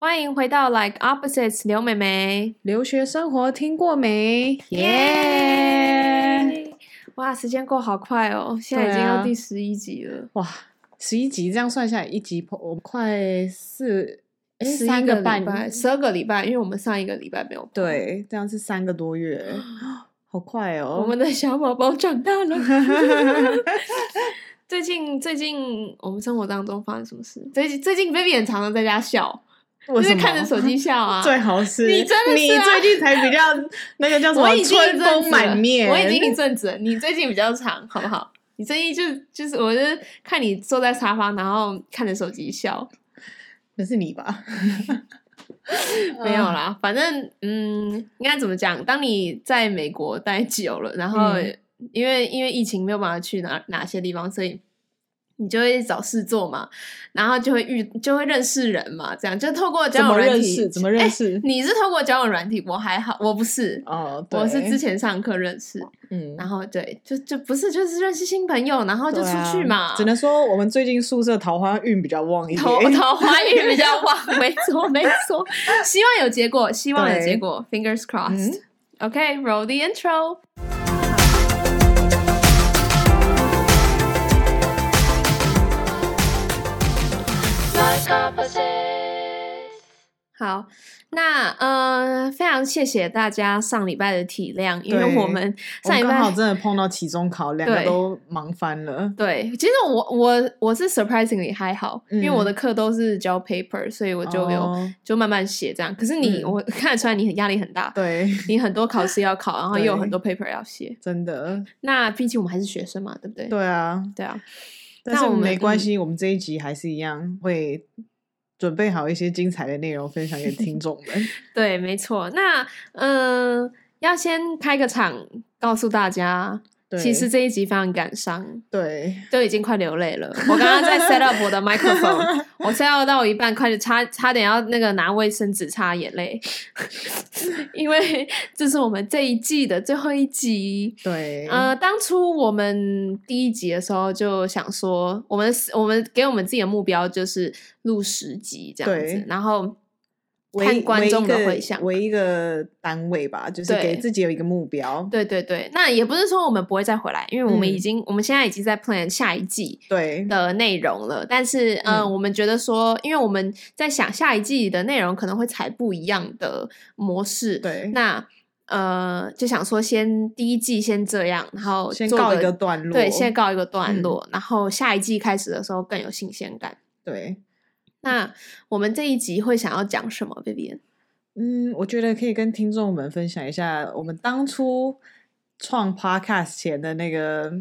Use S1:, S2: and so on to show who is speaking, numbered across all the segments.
S1: 欢迎回到 Like Opposites 刘美美，
S2: 留学生活听过没？
S1: 耶！哇，时间过好快哦，现在已经
S2: 对啊
S1: 到第十一集了。
S2: 哇，十一集这样算下来，一集我们快四诶
S1: 十一
S2: 三
S1: 个
S2: 个
S1: 礼
S2: 半
S1: 拜，十二个礼拜，因为我们上一个礼拜没有碰。
S2: 对，这样是三个多 月，好快哦！
S1: 我们的小宝宝长大了。 最近最近我们生活当中发生什么事？最近最近 Vivian 常常在家笑，
S2: 我
S1: 就是看着手机笑啊。
S2: 最好是
S1: 你真的
S2: 你
S1: 是啊
S2: 最近才 比较那个叫什
S1: 我
S2: 么
S1: 已经一
S2: 春
S1: 阵
S2: 风
S1: 子
S2: 满面，
S1: 了我已经一阵子了，你最近比较长，好不好？你最近就就是，我就看你坐在沙发，然后看着手机笑，
S2: 那是你 吧？嗯
S1: 没有啦，反正嗯，应该怎么讲？当你在美国待久了，然后、
S2: 嗯
S1: 因为因为疫情没有办法去哪哪些地方，所以你就会找事做嘛，然后就会遇就会认识人嘛，这样就透过
S2: 怎
S1: 交友
S2: 么
S1: 软
S2: 认
S1: 体
S2: 识？怎么认
S1: 哎
S2: 识？
S1: 你是透过交友软体，我还好，我不是，
S2: 哦，对
S1: 我是之前上课认识，
S2: 嗯
S1: 然后对，就就不是就是认识新朋友，然后就出
S2: 对啊
S1: 去嘛，
S2: 只能说我们最近宿舍桃花运比较旺一点。
S1: 桃桃花运比较旺，没错没错，希望有结果，希望有结
S2: 对嗯
S1: 果，fingers crossed、OK, roll the intro. 好，那呃，非常谢谢大家上礼拜的体谅，因为
S2: 对
S1: 我们
S2: 我
S1: 上
S2: 们
S1: 礼
S2: 刚好
S1: 拜
S2: 真的碰到期中考，两个
S1: 对
S2: 都忙翻了。
S1: 对，其实我我我是 surprisingly 还好，因为
S2: 嗯
S1: 我的课都是教 paper，所以我就有、
S2: 哦
S1: 就慢慢写这样。可是你，
S2: 嗯
S1: 我 看得出来你很压力很大，
S2: 对，
S1: 你很多考试要考，然后又有
S2: 对
S1: 很多 paper 要写。
S2: 真的，
S1: 那毕竟我们还是学生嘛，对不对？
S2: 对啊。
S1: 对啊，
S2: 但
S1: 那
S2: 是
S1: 我们嗯
S2: 没关系，我们这一集还是一样会准备好一些精彩的内容分享给听众们。
S1: 对，没错。那嗯、呃要先开个场，告诉大家，
S2: 对，
S1: 其实这一集非常感伤，
S2: 对，
S1: 都已经快流泪了。我刚刚在 set up 我的麦克 风，我 set up 到一半，快点差差点要那个拿卫生纸擦眼泪， 因为这是我们这一季的最后一集。
S2: 对，
S1: 呃，当初我们第一集的时候就想说，我们我们给我们自己的目标就是录十集这样子
S2: 对，
S1: 然后
S2: 唯
S1: 看观众的
S2: 唯一个
S1: 回响。
S2: 唯一一个单位吧，就是
S1: 对
S2: 给自己有一个目标。
S1: 对对对，那也不是说我们不会再回来，因为我们
S2: 嗯
S1: 已经、我们现在已经在 plan 下一季
S2: 对，
S1: 的内容了。但是，嗯、
S2: 嗯
S1: 我们觉得说，因为我们在想下一季的内容可能会采不一样的模式，
S2: 对
S1: 那呃，就想说先第一季先这样，然后
S2: 先
S1: 做
S2: 告一
S1: 个
S2: 个段落。
S1: 对，先告一个段
S2: 嗯
S1: 落，然后下一季开始的时候更有新鲜感。
S2: 对，
S1: 那我们这一集会想要讲什么，Vivian？
S2: 嗯，我觉得可以跟听众们分享一下我们当初创 podcast 前的那个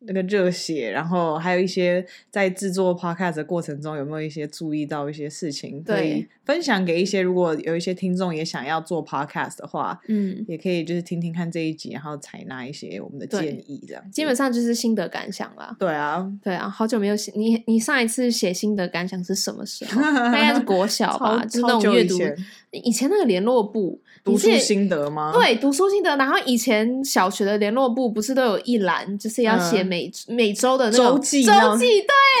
S2: 那个热血，然后还有一些在制作 podcast 的过程中有没有一些注意到一些事情，可以
S1: 对
S2: 分享给一些如果有一些听众也想要做 podcast 的话，
S1: 嗯，
S2: 也可以就是听听看这一集，然后采纳一些我们的
S1: 对
S2: 建议，这样
S1: 基
S2: 子
S1: 本上就是心得感想啦。
S2: 对啊，
S1: 对啊，好久没有写你，你上一次写心得感想是什么时 候？大概是国小吧，
S2: 超
S1: 就是
S2: 超
S1: 那种
S2: 久
S1: 阅
S2: 以
S1: 读
S2: 前
S1: 以前那个联络簿，你
S2: 读
S1: 是
S2: 书
S1: 也
S2: 心得吗？
S1: 对，读书心得。然后以前小学的联络簿不是都有一栏，就是要写
S2: 嗯
S1: 每、每周的那种
S2: 周记那
S1: 周
S2: 种
S1: 记，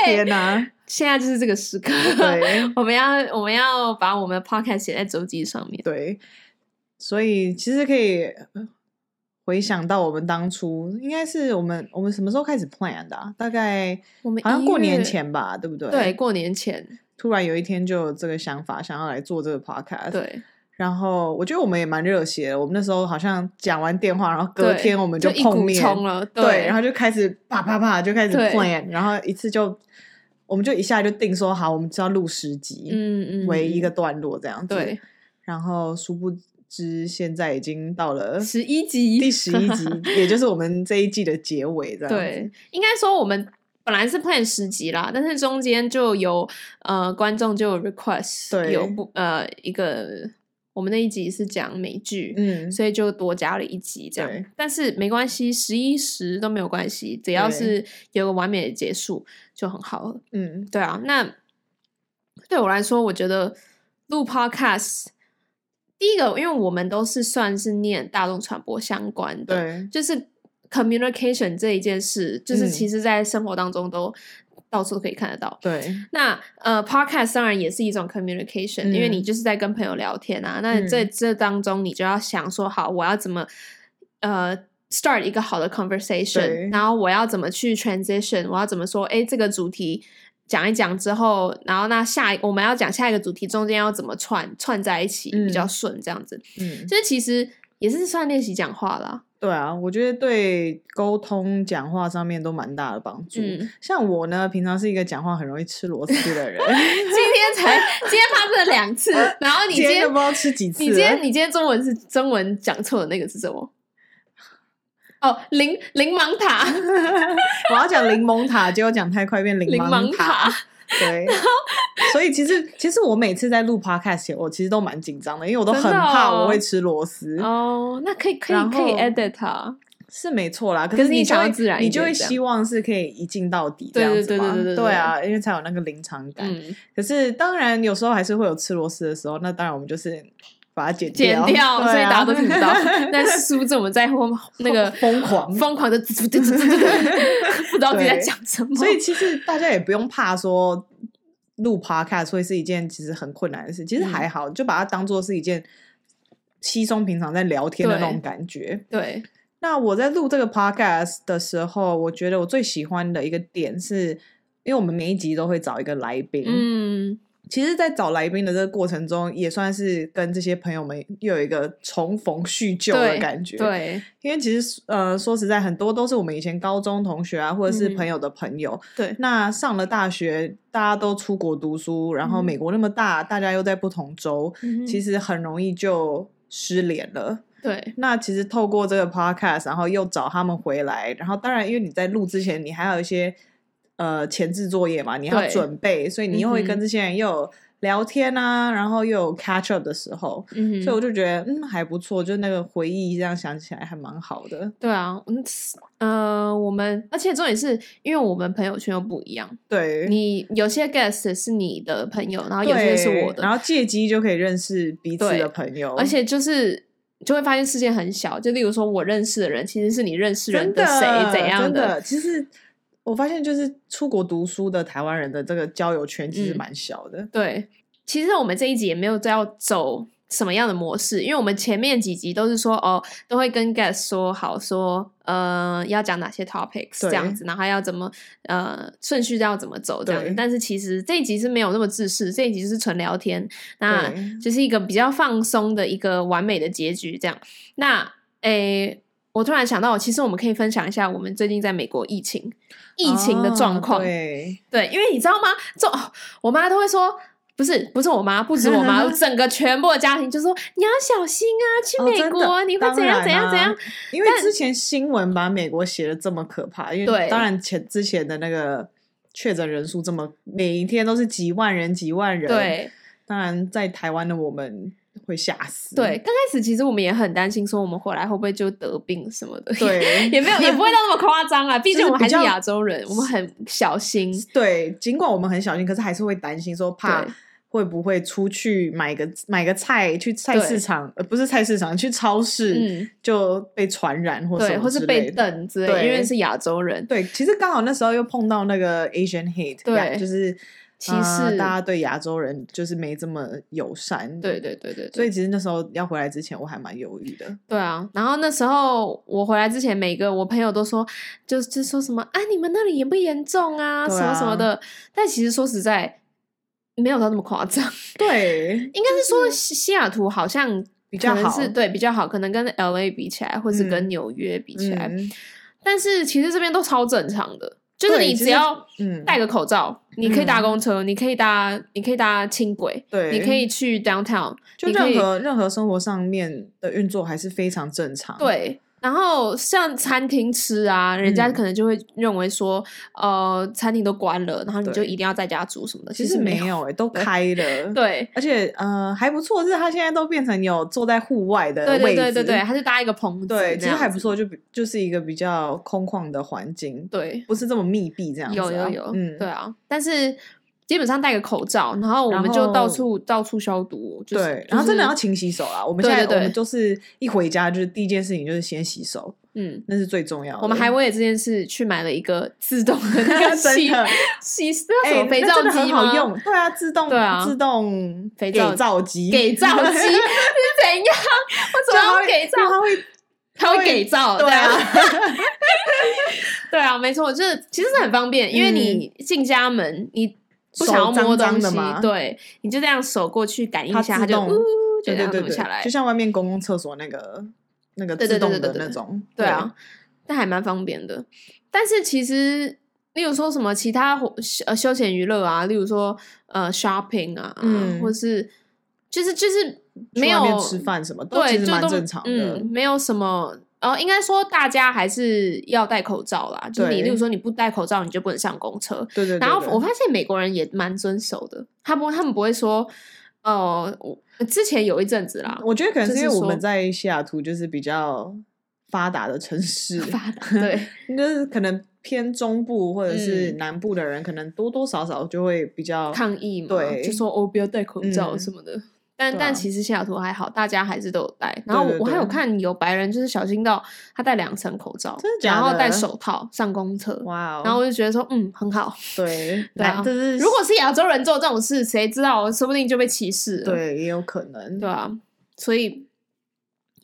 S1: 对。
S2: 天 哪，
S1: 现在就是这个时刻，
S2: 对。
S1: 我们要我们要把我们的 podcast 写在周记上面。
S2: 对，所以其实可以呃回想到我们当初，应该是我们我们什么时候开始 plan 的啊、大概
S1: 我们
S2: 好像
S1: 一
S2: 过
S1: 月
S2: 年前吧，对不对？
S1: 对，，过年前，
S2: 突然有一天就有这个想法，想要来做这个 podcast。，
S1: 对，
S2: 然后我觉得我们也蛮热血的，我们那时候好像讲完电话，然后隔
S1: 对
S2: 天我们
S1: 就一
S2: 碰
S1: 股
S2: 面，
S1: 冲了，
S2: 对然
S1: 后
S2: 后就开始啪啪啪就开始
S1: 对
S2: plan，然后一次就我们就一下就定说好，我们只要录十集、
S1: 嗯嗯，
S2: 为一个
S1: 嗯
S2: 段落这样子。
S1: 对
S2: 然后殊不知现在已经到了
S1: 十一集，
S2: 第十一集，也就是我们这一季的结尾，这样子
S1: 对，应该说我们。本来是 plan 十集啦，但是中间就有呃观众就有 request，
S2: 对
S1: 有不呃一个我们那一集是讲美剧，
S2: 嗯，
S1: 所以就多加了一集这样
S2: 对。
S1: 但是没关系，十一十都没有关系，只要
S2: 对
S1: 是有个完美的结束就很好了。
S2: 嗯，
S1: 对啊，那对我来说，我觉得录 podcast 第一个，因为我们都是算是念大众传播相关的，
S2: 对，
S1: 就是 communication 这一件事，就是
S2: 嗯
S1: 其实在生活当中都。到处都可以看得到。
S2: 对，
S1: 那呃，podcast 当然也是一种 communication，、
S2: 嗯
S1: 因为你就是在跟朋友聊天啊。那
S2: 嗯
S1: 这这当中，你就要想说，好，我要怎么呃 start 一个好的
S2: 对
S1: conversation，然后我要怎么去 transition，我要怎么说？哎，这个主题讲一讲之后，然后那下一我们要讲下一个主题，中间要怎么串串在一起
S2: 嗯
S1: 比较顺？这样子，
S2: 嗯，
S1: 就是其实也是算练习讲话啦。
S2: 对啊，我觉得对沟通、讲话上面都蛮大的帮助。
S1: 嗯，
S2: 像我呢，平常是一个讲话很容易吃螺丝的人，
S1: 今天才今天发生了两 次，然 后你
S2: 今
S1: 今
S2: 天
S1: 天
S2: 都不知道吃几次
S1: 你今天
S2: 了。
S1: 你今天中文是中文讲错的那个是什么？哦，柠柠檬塔，
S2: 我要讲柠檬塔，结果讲太快变柠
S1: 柠
S2: 檬
S1: 檬塔，
S2: 对，所以其实其实我每次在录 podcast 前，我其实都蛮紧张的，因为我都
S1: 真
S2: 很
S1: 的
S2: 怕
S1: 哦
S2: 我会吃螺丝。
S1: 哦，那可以可
S2: 然
S1: 以
S2: 后
S1: 可以 edit 啊它，
S2: 是没错啦，可
S1: 可
S2: 是
S1: 是你
S2: 就
S1: 想要
S2: 会
S1: 自然一
S2: 你就
S1: 点
S2: 会
S1: 这样
S2: 希望是可以一镜到底这
S1: 对
S2: 样
S1: 对
S2: 子
S1: 对对
S2: 嘛
S1: 对对
S2: 对啊，因为才有那个临场感。
S1: 嗯，
S2: 可是当然有时候还是会有吃螺丝的时候，那当然我们就是把它剪
S1: 剪
S2: 掉，
S1: 掉，
S2: 对啊
S1: 所以大家都听不到。但是苏总我们在后那个
S2: 疯狂
S1: 疯狂 的，不知道自己在
S2: 对
S1: 讲什么，
S2: 所以其实大家也不用怕说录 podcast 会是一件其实很困难的事，
S1: 嗯
S2: 其实还好，就把它当做是一件稀松平常在聊天的那种
S1: 对
S2: 感觉。
S1: 对，
S2: 那我在录这个 podcast 的时候，我觉得我最喜欢的一个点是，因为我们每一集都会找一个来宾，
S1: 嗯，
S2: 其实，在找来宾的这个过程中，也算是跟这些朋友们又有一个重逢叙旧的
S1: 对
S2: 感觉。，
S1: 对
S2: 因为其实呃，说实在，很多都是我们以前高中同学啊，或者是
S1: 嗯
S2: 朋友的朋友。
S1: 对，
S2: 那上了大学，大家都出国读书，然后
S1: 嗯
S2: 美国那么大，大家又在不同州，其
S1: 实
S2: 实很容易就失联了。
S1: 对
S2: 那其实透过这个 podcast，然后又找他们回来，然后当然因为你在录之前，你还有一些呃前置作业嘛，你要
S1: 对
S2: 准备，所以你又
S1: 嗯
S2: 会
S1: 哼
S2: 跟这些人又有聊天啊，然后又有 catch up 的时候，
S1: 嗯
S2: 所以我就觉得嗯还不错，就那个回忆这样想起来还蛮好的。
S1: 对啊，嗯呃，我们而且重点是因为我们朋友圈又不一样。
S2: 对，
S1: 你有些 guest 是你的朋友，然后
S2: 对，
S1: 有些是我的，
S2: 然后借机就可以认识彼此
S1: 对
S2: 的朋友，
S1: 而且就是就会发现世界很小。就例如说，我认识的人其实是你认识人
S2: 真的
S1: 谁怎样
S2: 真的，其实。我发现，就是出国读书的台湾人的这个交友圈其实
S1: 嗯
S2: 蛮小的，
S1: 对，其实我们这一集也没有在要走什么样的模式，因为我们前面几集都是说哦，都会跟 guest 说好说，呃，要讲哪些 topics 这
S2: 对
S1: 样子，然后要怎么呃顺序要怎么走这样子
S2: 对。
S1: 但是其实这一集是没有那么自私，这一集就是纯聊天，那
S2: 对
S1: 就是一个比较放松的一个完美的结局这样。那诶。我突然想到，其实我们可以分享一下我们最近在美国疫情疫情的状
S2: 哦
S1: 况。
S2: 对，
S1: 对，因为你知道吗？这哦我妈都会说。不是不是我妈，不止我 妈，整个全部的家庭就说你要小心啊，去
S2: 哦
S1: 美
S2: 真
S1: 国、
S2: 的
S1: 你会
S2: 当
S1: 怎样
S2: 然
S1: 怎样怎
S2: 啊
S1: 样。
S2: 因为之前新闻把美国写的这么可怕，因为
S1: 对
S2: 当然前之前的那个确诊人数这么，每一天都是几万人几万人。，
S1: 对
S2: 当然在台湾的我们会吓死。
S1: 对，刚开始其实我们也很担心，说我们回来会不会就得病什么的，
S2: 对
S1: 也没有也不会到那么夸张啊，毕
S2: 就是
S1: 竟我们
S2: 比
S1: 还是
S2: 较
S1: 亚洲人，我们很小心。
S2: 对，尽管我们很小心，可是还是会担心说怕
S1: 对。
S2: 会不会出去买个买个菜，去菜市
S1: 对
S2: 场，呃，不是菜市场，去超市、
S1: 嗯，
S2: 就被传染或什
S1: 对，
S2: 么
S1: 或
S2: 之
S1: 是
S2: 类
S1: 被
S2: 的
S1: 瞪之类的，因
S2: 对
S1: 为是亚洲人，
S2: 对，其实刚好那时候又碰到那个 Asian hate，
S1: 对
S2: 呀就是
S1: 歧
S2: 呃
S1: 视
S2: 大家对亚洲人就是没这么友善。
S1: 对，对对对对。
S2: 所以其实那时候要回来之前，我还蛮犹豫 的。
S1: 对啊，然后那时候我回来之前，每个我朋友都说，就就说什么啊，你们那里严不严重啊，
S2: 对
S1: 什么什么
S2: 啊
S1: 的。但其实说实在，没有到那么夸张，
S2: 对，
S1: 应该是说西西雅图好像
S2: 比
S1: 可
S2: 较
S1: 能
S2: 好
S1: 是对比较好，可能跟 L A 比起来，或是
S2: 嗯
S1: 跟纽约比起来，
S2: 嗯
S1: 但是其实这边都超正常的，就是
S2: 对
S1: 你
S2: 其
S1: 只
S2: 实
S1: 要
S2: 嗯，
S1: 戴个口罩，你可以搭
S2: 嗯
S1: 公车，你可以搭你可以搭轻轨，
S2: 对，
S1: 你可以去 downtown，
S2: 就
S1: 你可
S2: 任
S1: 以
S2: 何任何生活上面的运作还是非常正常。，
S1: 对，然后像餐厅吃啊，人家
S2: 嗯
S1: 可能就会认为说，呃，餐厅都关了，然后你就
S2: 对
S1: 一定要在家煮什么的。
S2: 其
S1: 其
S2: 实没
S1: 有，
S2: 有诶、欸都
S1: 对
S2: 开了。。
S1: 对，
S2: 而且，呃，还不错，是它现在都变成有坐在户外的
S1: 对
S2: 位
S1: 对对
S2: 置，
S1: 对对，它是搭一个棚子那样
S2: 对
S1: 子，
S2: 其实还不错，就比就是一个比较空旷的环境，
S1: 对，
S2: 不是这么密闭这样子、啊。
S1: 有有有，
S2: 嗯，
S1: 对啊，但是。基本上戴个口罩，然后我
S2: 然
S1: 们就到
S2: 后
S1: 处到处消毒，就是、
S2: 对。然后真的
S1: 就是
S2: 要勤洗手啦。我们
S1: 对
S2: 现在
S1: 对对
S2: 我们就是一回家，就是第一件事情就是先洗手。
S1: 嗯，
S2: 那是最重要的。
S1: 我们还为了这件事去买了一个自动的那个
S2: 真
S1: 吸
S2: 的
S1: 吸那
S2: 哎，
S1: 什么肥
S2: 那
S1: 皂
S2: 真的
S1: 机
S2: 很
S1: 吗？
S2: 好用，对啊，自动
S1: 对啊
S2: 自动
S1: 肥
S2: 给
S1: 皂
S2: 皂机
S1: 给 皂机 是怎样？我怎
S2: 就它
S1: 么
S2: 会
S1: 要给皂？
S2: 啊它会
S1: 它会给皂，
S2: 对啊，
S1: 对啊，没错，就是其实是很方便，因为你进家门，你不想要
S2: 嗯手
S1: 摸东
S2: 脏脏的
S1: 西
S2: 嘛，
S1: 对，你就这样手过去感应一下，
S2: 它
S1: 它
S2: 自
S1: 就呜
S2: 动
S1: 就这
S2: 对对
S1: 样
S2: 对
S1: 弄下
S2: 对，
S1: 来
S2: 就，像外面公共厕所那个那个
S1: 对
S2: 自
S1: 对对
S2: 动
S1: 对
S2: 的
S1: 对
S2: 那
S1: 对
S2: 种，
S1: 对啊，但还蛮方便的。但是其实，例如说什么其他活呃休闲娱乐啊，例如说呃 shopping 啊，
S2: 嗯
S1: 或是就是就是
S2: 去
S1: 没
S2: 外面
S1: 有
S2: 吃饭什么都
S1: 对，
S2: 其实
S1: 就
S2: 蛮
S1: 都
S2: 正常的
S1: 嗯，，没有什么。呃，应该说大家还是要戴口罩啦。就是你，
S2: 对
S1: 例如说你不戴口罩，你就不能上公车。
S2: 对对。对
S1: 然后
S2: 对
S1: 我发现美国人也蛮遵守的，他不他们不会说，哦、我之前有一阵子啦，
S2: 我觉得可能是因为
S1: 就是
S2: 我
S1: 说
S2: 们在西雅图就是比较发达的城市，
S1: 发达 对
S2: 就是可能偏中部或者是
S1: 嗯
S2: 南部的人，可能多多少少就会比较
S1: 抗议嘛，
S2: 对
S1: 就说哦不要戴口罩
S2: 嗯
S1: 什么的。但、
S2: 对啊
S1: 但其实西雅图还好，大家还是都有戴。然后我
S2: 对对
S1: 我还有
S2: 对
S1: 看有白人就是小心到他戴两层口罩，
S2: 真的假
S1: 然后戴
S2: 的
S1: 手套上公车，
S2: 哇哦，
S1: 然后我就觉得说嗯很好。
S2: 对，
S1: 对啊
S2: 南就是
S1: 如果是亚洲人做这种事，谁知道，说不定就被歧视了。
S2: 对也有可能，
S1: 对啊，所以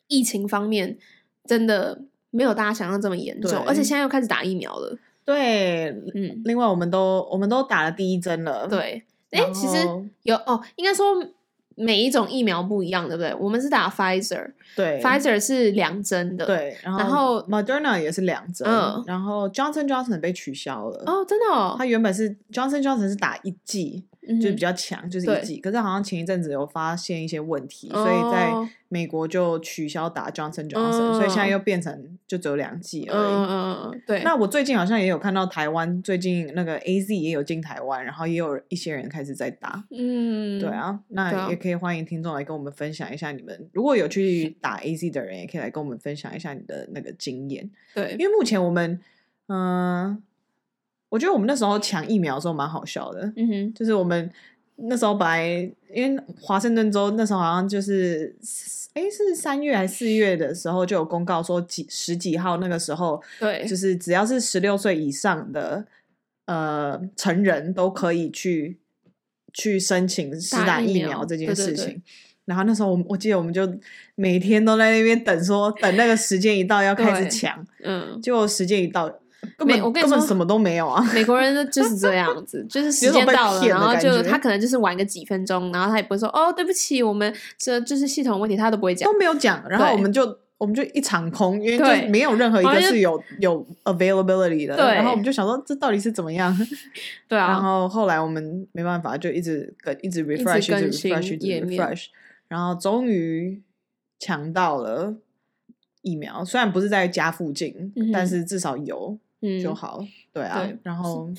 S1: 疫情方面真的没有大家想象这么严
S2: 对
S1: 重，而且现在又开始打疫苗了。
S2: 对。
S1: 嗯，
S2: 另外，我们都我们都打了第一针了，，
S1: 对。哎、
S2: 然后
S1: 其实有哦，应该说每一种疫苗不一样，对不对？我们是打 Pfizer，Pfizer
S2: 对
S1: 是两针的。。
S2: 对，然后
S1: 然后
S2: Moderna 也是两针，
S1: 嗯
S2: 然后 Johnson Johnson 被取消了，
S1: 哦，真的哦
S2: 它，原本是 Johnson Johnson 是打一剂，
S1: 嗯
S2: 就是
S1: 哼
S2: 比较强，就是
S1: 对
S2: 一剂。可是好像前一阵子有发现一些问题，所以在
S1: 哦
S2: 美国就取消打 Johnson Johnson，、所以现在
S1: 嗯
S2: 又变成就只有两剂
S1: 嗯嗯
S2: 而已。
S1: 嗯嗯，对。
S2: 那我最近好像也有看到台湾，最近那个 A Z 也有进台湾，然后也有一些人开始在打。
S1: 嗯，
S2: 对，啊，
S1: 对
S2: 那
S1: 啊
S2: 也可以欢迎听众来跟我们分享一下你们如果 有去打 A Z 的人，也可以来跟我们分享一下你的那个经验。
S1: 对，
S2: 因为目前我们，嗯、我觉得我们那时候抢疫苗的时候蛮好笑的，
S1: 嗯哼，
S2: 就是我们那时候本来因为华盛顿州那时候好像就是，哎、是三月还是四月的时候就有公告说几十几号那个时候，
S1: 对
S2: 就，是只要是十六岁以上的呃成人都可以去去申请施
S1: 打
S2: 打
S1: 疫
S2: 疫
S1: 苗
S2: 苗这件
S1: 对对
S2: 事
S1: 对
S2: 情。然后那时候我们我记得我们就每天都在那边等说，等那个时间一到要开
S1: 对
S2: 始抢，
S1: 嗯，
S2: 结果时间一到根
S1: 没
S2: 本
S1: 我跟你
S2: 根本
S1: 说
S2: 什么都没有啊。
S1: 美国人就是这样子， 就是时
S2: 有种
S1: 间
S2: 被
S1: 到了，
S2: 骗的
S1: 然后
S2: 感
S1: 就
S2: 觉
S1: 他可能就是玩个几分钟，然后他也不会说哦，对不起，我们这就是系统问题，他都不会讲
S2: 都。没有讲，然后
S1: 对
S2: 我们就我们就一场空，因为
S1: 对
S2: 就没有任何一
S1: 然后
S2: 个
S1: 就是
S2: 有有 availability 的。
S1: 对
S2: 然后我们就想说这到底是怎么样？
S1: 对
S2: 然
S1: 啊，
S2: 后后来我们没办法，就一直跟一直 refresh，一
S1: 更新
S2: refresh，一直
S1: 页面
S2: refresh，然后终于抢到了疫苗，虽然不是在家附近，
S1: 嗯哼
S2: 但是至少有
S1: 嗯，
S2: 就好。嗯对啊，
S1: 对
S2: 然后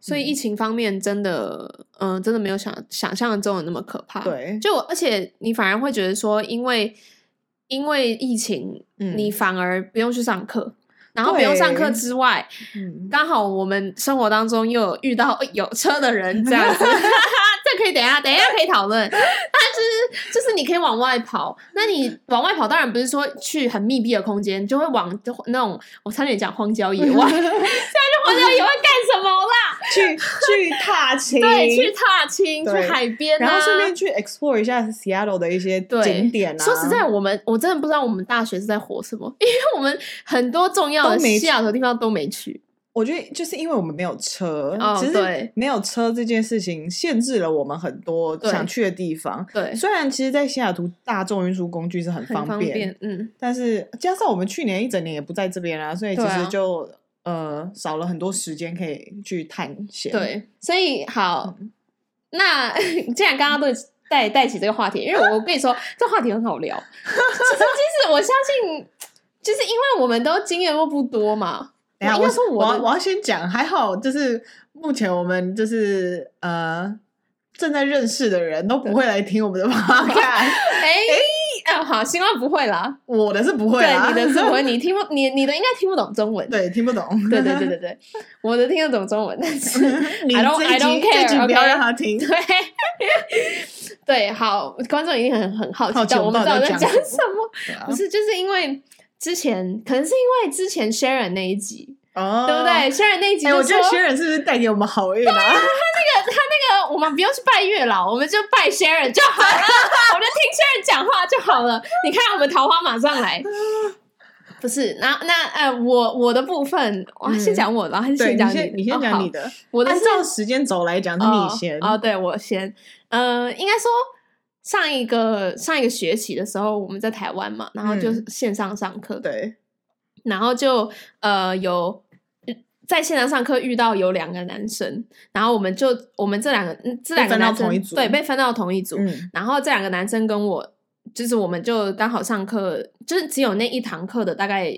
S1: 所以疫情方面真的，嗯、真的没有想想象中的那么可怕。，
S2: 对，
S1: 就而且你反而会觉得说，因为因为疫情，
S2: 嗯
S1: 你反而不用去上课，然后不用上课
S2: 对
S1: 之外，
S2: 嗯，
S1: 刚好我们生活当中又有遇到哎有车的人这 样子，这可以等一下，等一下可以讨论。但就是就是你可以往外跑，那你往外跑当然不是说去很密闭的空间，就会往就那种我差点讲荒郊野外，现在
S2: 嗯
S1: 就荒郊野外干什么啦？
S2: 去去踏青，
S1: 对，去踏青，去
S2: 对
S1: 海边、啊，
S2: 然后 顺便去 explore 一下 Seattle 的一些
S1: 对
S2: 景点啊。
S1: 说实在，我们我真的不知道我们大学是在活什么，因为我们很多重要的
S2: 都没
S1: 西雅图地方都没去。
S2: 我觉得就是因为我们没有车，
S1: 哦
S2: 其
S1: 对
S2: 实没有车这件事情限制了我们很多
S1: 对
S2: 想去的地方。
S1: 对，
S2: 虽然其实，在西雅图大众运输工具是很
S1: 很
S2: 方
S1: 方便，嗯，
S2: 但是加上我们去年一整年也不在这边啊，所以其
S1: 对啊
S2: 实就、呃少了很多时间可以去探险。，
S1: 对，所以好，那 既然刚刚都带 带起这个话题，因为我我跟你说，这话题很好聊。 其实，其实我相信，就是因为我们都经验都不多嘛。
S2: 等一下
S1: 我
S2: 我
S1: 应该说
S2: 我
S1: 我
S2: 要
S1: 的
S2: 我要先讲，还好就是目前我们就是呃正在认识的人都不会来听我们 的 podcast，
S1: 哎、啊，好，希望不会啦。
S2: 我的是不会啊，
S1: 对，你的是不会，你听不，你你的应该听不懂中文。
S2: 对听不懂，
S1: 对对对对对，我的听得懂中文，但是
S2: 你
S1: I don't
S2: 这
S1: I
S2: 一
S1: don't
S2: 集这
S1: care，
S2: 一集不要
S1: OK？
S2: 让他 听。
S1: 对对，好，观众一定很很好奇，
S2: 好奇
S1: 但我
S2: 我
S1: 们
S2: 们
S1: 到
S2: 到底
S1: 底在
S2: 在
S1: 讲
S2: 讲
S1: 什么？
S2: 对啊
S1: 不是，就是因为之前可能是因为之前 Sharon 那一集，
S2: 哦，
S1: 对不对？Sharon 那一集
S2: 哎、
S1: 就
S2: 我觉
S1: 说、
S2: 得薛仁是不是带给我们好运啊？
S1: 那 个我们不用去拜月老，我们就拜 Sharon 就好了， 我们就听 Sharon 讲话就好了。你看我们桃花马上来。不是，那那呃，我我的部分，我
S2: 嗯
S1: 先讲我的，还是
S2: 对，
S1: 先
S2: 你
S1: 讲
S2: 先
S1: 你
S2: 你先
S1: 哦
S2: 讲
S1: 好
S2: 你的，
S1: 我的
S2: 按
S1: 是
S2: 照时间轴来讲是你先。
S1: 哦哦，对我先。呃，应该说上一个上一个学期的时候，我们在台湾嘛，然后就
S2: 嗯
S1: 线上上课，
S2: 对，
S1: 然后就呃有在线上上课遇到有两个男生，然后我们就我们这两个嗯这两个
S2: 分到
S1: 男生
S2: 同一组
S1: 对被分到同一组，
S2: 嗯
S1: 然后这两个男生跟我就是我们就刚好上课，就是只有那一堂课的大概。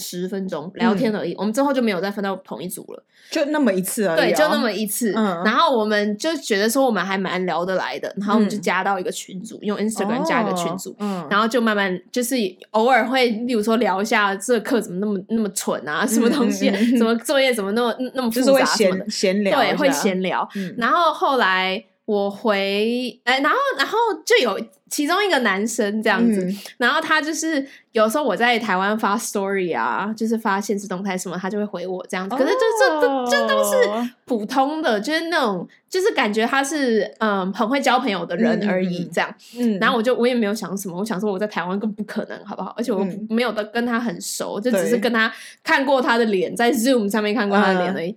S1: 十分钟聊
S2: 嗯
S1: 天而已，我们之后就没有再分到同一组了。
S2: 就那么一次而
S1: 啊
S2: 已、
S1: 对，就那。么一次。
S2: 嗯
S1: 然后我们就觉得说我们还蛮聊得来的，然后我们就
S2: 嗯
S1: 加到一个群组，用 Instagram 加一个群组。
S2: 哦嗯，
S1: 然后就慢慢就是偶尔会，例如说聊一下这个课怎么那么那么蠢啊，什么东西，
S2: 嗯嗯嗯
S1: 什么作业怎么那么那么
S2: 就
S1: 复
S2: 是会
S1: 杂什么的，
S2: 闲闲聊，
S1: 对，会。闲聊。
S2: 嗯，
S1: 然后后来我回，哎，然后然后就有其中一个男生这
S2: 这
S1: 样子，然后他就是有时候我在台湾发 story 啊，就是发现实动态什么，他就会回我这样子。可是就这这这都
S2: 哦
S1: 是普通的，就是那种就是感觉他是嗯很会交朋友的人
S2: 嗯
S1: 而
S2: 嗯
S1: 已
S2: 嗯
S1: 这样。
S2: 嗯，
S1: 然后我就我也没有想什么，我想说我在台湾更不可能，好不好？而且我
S2: 嗯
S1: 没有的跟他很熟，就只是
S2: 对
S1: 跟他看过他的脸，在 Zoom 上面看过他的脸
S2: 嗯
S1: 而已。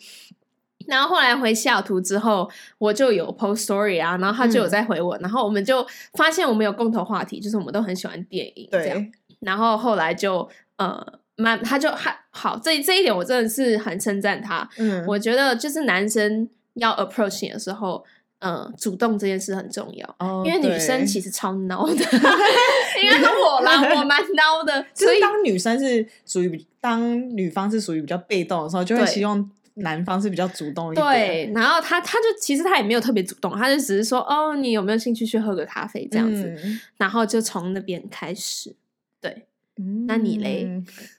S1: 然后后来回西雅图之后，我就有 post story 啊，然后他就有
S2: 嗯
S1: 在回我，然后我们就发现我们有共同话题，就是我们都很喜欢电影这样。
S2: 对，
S1: 然后后来就呃，慢他就还好，这这一点我真的是很称赞他。
S2: 嗯，
S1: 我觉得就是男生要 approach 你的时候，呃，主动这件事很重要。
S2: 哦
S1: 因为女生
S2: 对
S1: 其实超孬 的， 应该是我啦，我蛮孬的，
S2: 就
S1: 所以
S2: 是当女生是属于比当女方是属于比较被动的时候，就会
S1: 对
S2: 希望男方是比较主动一点。
S1: 对。然后他他就其实他也没有特别主动，他就只是说哦，你有没有兴趣去喝个咖啡这样子，
S2: 嗯。
S1: 然后就从那边开始。
S2: 嗯。
S1: 那你嘞？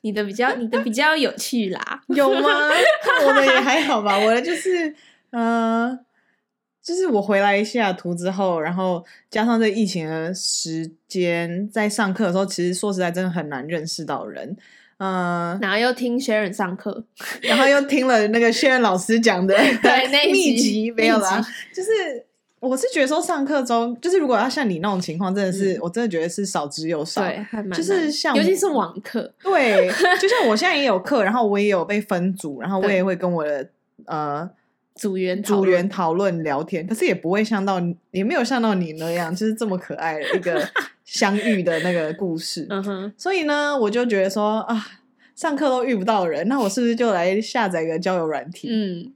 S1: 你的比较，你的比较有趣啦
S2: 有吗？我的也还好吧，我的就是，呃，就是我回来西雅图之后，然后加上这疫情的时间，在上课的时候，其实说实在真的很难认识到人，嗯、
S1: 然后又听 Sharon 上课，
S2: 然后又听了那个谢任老师讲的
S1: 对那一
S2: 秘
S1: 集
S2: 籍没有啦
S1: 秘，
S2: 就是。我是觉得说上课中，就是如果要像你那种情况，真的是、我真的觉得是少之又少。
S1: 嗯对，还蛮
S2: 就是
S1: 难
S2: 像
S1: 尤
S2: 我
S1: 其是网课，
S2: 对，就像我现在也有课，然后我也有被分组，然后我
S1: 对
S2: 也会跟我的呃
S1: 组员讨
S2: 组
S1: 论
S2: 员讨论聊天，可是也不会像到你也没有像到你那样，就是这么可爱的 一个相遇的那个故事。
S1: 嗯哼，
S2: 所以呢，我就觉得说啊，上课都遇不到人，那我是不是就来下载一个交友软体？
S1: 嗯。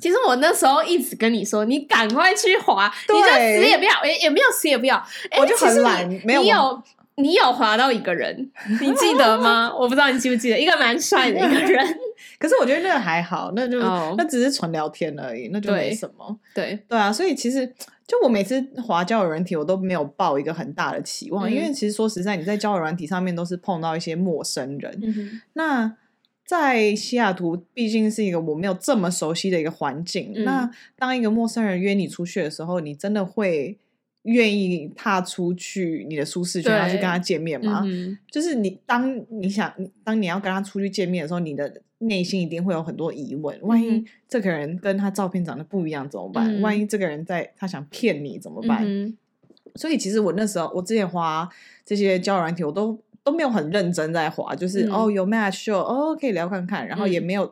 S1: 其实我那时候一直跟你说，你赶快去滑，你就
S2: 对
S1: 死也不要，也也没有死也不要。哎
S2: 我就很
S1: 其实你
S2: 懒没有
S1: 你
S2: 玩
S1: 有你有滑到一个人，你记得 吗？我不知道你记不记得，一个蛮帅的一个人。
S2: 可是我觉得那个还好，那就、
S1: 哦
S2: 那只是纯聊天而已，那就没
S1: 对
S2: 什么。
S1: 对，
S2: 对啊，所以其实就我每次滑交友软体，我都没有抱一个很大的期望，因为
S1: 嗯
S2: 其实说实在，你在交友软体上面都是碰到一些陌生人，
S1: 嗯哼，
S2: 那在西雅图，毕竟是一个我没有这么熟悉的一个环境。
S1: 嗯
S2: 那当一个陌生人约你出去的时候，你真的会愿意踏出去你的舒适圈，
S1: 对
S2: 然后去跟他见面吗？
S1: 嗯
S2: 就是你当你想，你当你要跟他出去见面的时候，你的内心一定会有很多疑问：万一
S1: 嗯
S2: 这个人跟他照片长得不一样怎么办？
S1: 嗯
S2: 万一这个人在他想骗你怎么
S1: 哼，
S2: 办？
S1: 嗯
S2: 所以其实我那时候，我之前滑这些交友软体，我都都没有很认真在滑，就是、
S1: 嗯
S2: 哦有 match 就哦可以聊看看，然后也
S1: 嗯
S2: 没有，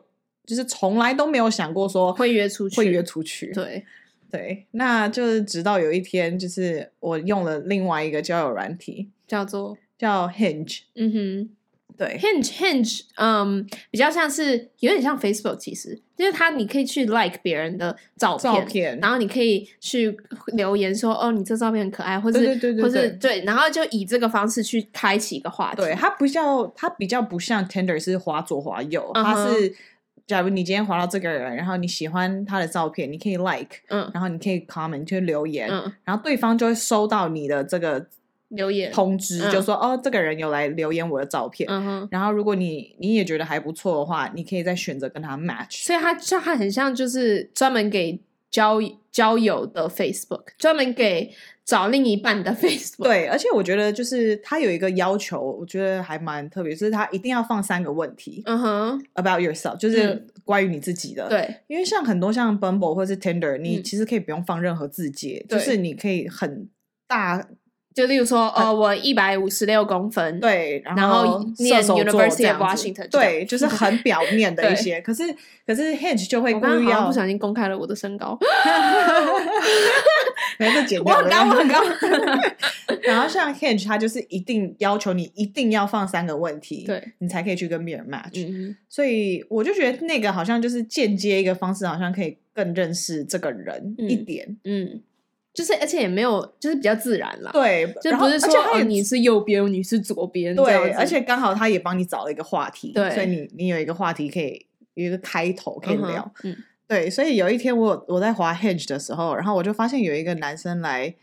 S2: 就是从来都没有想过说
S1: 哼会约出去，
S2: 会约出去。
S1: 对，
S2: 对，那就是直到有一天，就是我用了另外一个交友软体
S1: 叫做
S2: 叫 Hinge，
S1: 嗯哼。
S2: 对
S1: Hinge Hinge，嗯，比较像是有点像 Facebook，其实就是它你可以去 like 别人的照片，
S2: 照片
S1: 然后你可以去留言说哦，你这照片很可爱，或是
S2: 对对对对
S1: 或是
S2: 对
S1: 对，然后就以这个方式去开启一个话题，
S2: 对，它比较它比较不像 Tinder 是滑左滑右，它
S1: 嗯哼
S2: 是假如你今天滑到这个人，然后你喜欢他的照片，你可以 like，
S1: 嗯
S2: 然后你可以 comment 去留言，
S1: 嗯，
S2: 然后对方就会收到你的这个
S1: 留言，
S2: 通知，
S1: 嗯
S2: 就说哦，这个人有来留言我的照片。
S1: 嗯哼，
S2: 然后如果你你也觉得还不错的话，你可以再选择跟他 match。
S1: 所以它就它很像就是专门给交交友的 Facebook，专门给找另一半的 Facebook。
S2: 对，而且我觉得就是他有一个要求，我觉得还蛮特别，就是他一定要放三个问题
S1: 嗯哼，
S2: about yourself，就是
S1: 嗯
S2: 关于你自己的。
S1: 对，
S2: 因为像很多像 Bumble 或是 Tinder，你
S1: 嗯
S2: 其实可以不用放任何字节，
S1: 对
S2: 就是你可以很大
S1: 就例如说，呃，我一百五十六公分，，
S2: 对，
S1: 然后
S2: 后
S1: 念
S2: 射手座
S1: University
S2: 这样
S1: of
S2: 子
S1: Washington，
S2: 对，就是很表 面的一
S1: 对
S2: 些。可是可是 Hinge 就会
S1: 我
S2: 故
S1: 刚刚
S2: 意
S1: 好像
S2: 要
S1: 不，小心公开了我的身高，
S2: 没有被剪
S1: 我
S2: 掉
S1: 很
S2: 的
S1: 高，我很高。
S2: 然后像 Hinge，它就是一定要求你一定要放三个问题，，
S1: 对，
S2: 你才可以去跟别人 match。
S1: 嗯，
S2: 所以我就觉得那个好像就是间接一个方式，好像可以更认识这个人一
S1: 嗯
S2: 点。
S1: 嗯，就是而且也没有，就是比较自然啦，
S2: 对，
S1: 啊就
S2: 然
S1: 不
S2: 后
S1: 是
S2: 而且
S1: 说
S2: 它
S1: 哦
S2: 也
S1: 你是右边，你是左边，这样
S2: 对，
S1: 子
S2: 而且刚好他也帮你找了一个话题，
S1: 对
S2: 所以你你有一个话题可以有一个开头可以
S1: 嗯哼
S2: 聊。
S1: 嗯
S2: 对，所以有一天我我在滑 Hinge 的时候，然后我就发现有一个男生来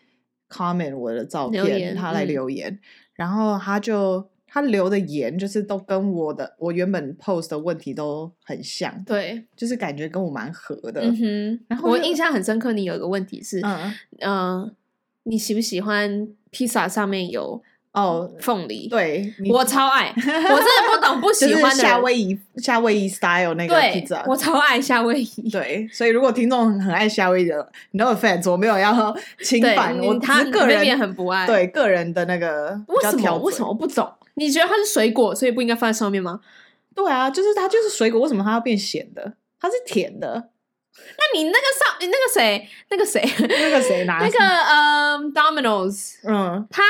S2: comment 我的照
S1: 留
S2: 片，
S1: 言
S2: 他来
S1: 嗯
S2: 留言，然后他就他留的言就是都跟我的我原本 post 的问题都很像，
S1: 对，
S2: 就是感觉跟我蛮合的。
S1: 嗯哼。
S2: 然后
S1: 我
S2: 就
S1: 印象很深刻，你有一个问题是，
S2: 嗯
S1: 呃，你喜不喜欢披萨上面有
S2: 哦，
S1: 凤梨？，
S2: 对，你
S1: 我超 爱，我真的不懂不
S2: 就
S1: 喜
S2: 是
S1: 欢的
S2: 夏
S1: 人。
S2: 威夷夏威夷 style 那个
S1: 对
S2: pizza，，
S1: 我超爱夏威夷。
S2: 对，所以如果听众很爱夏威夷的，no offense，我没有要侵
S1: 对，
S2: 犯，我
S1: 你
S2: 只
S1: 他
S2: 是个
S1: 那边
S2: 人
S1: 很不爱。，
S2: 对个人的那个
S1: 为什
S2: 比较
S1: 么？
S2: 挑
S1: 为什
S2: 嘴
S1: 么我不懂？你觉得它是水果，所以不应该放在上面吗？
S2: 对啊，就是它就是水果，为什么它要变咸的？它是甜的。
S1: 那你那个上，你那个谁，那个谁，
S2: 那个谁拿
S1: 那个呃，Domino's，
S2: 嗯，
S1: 它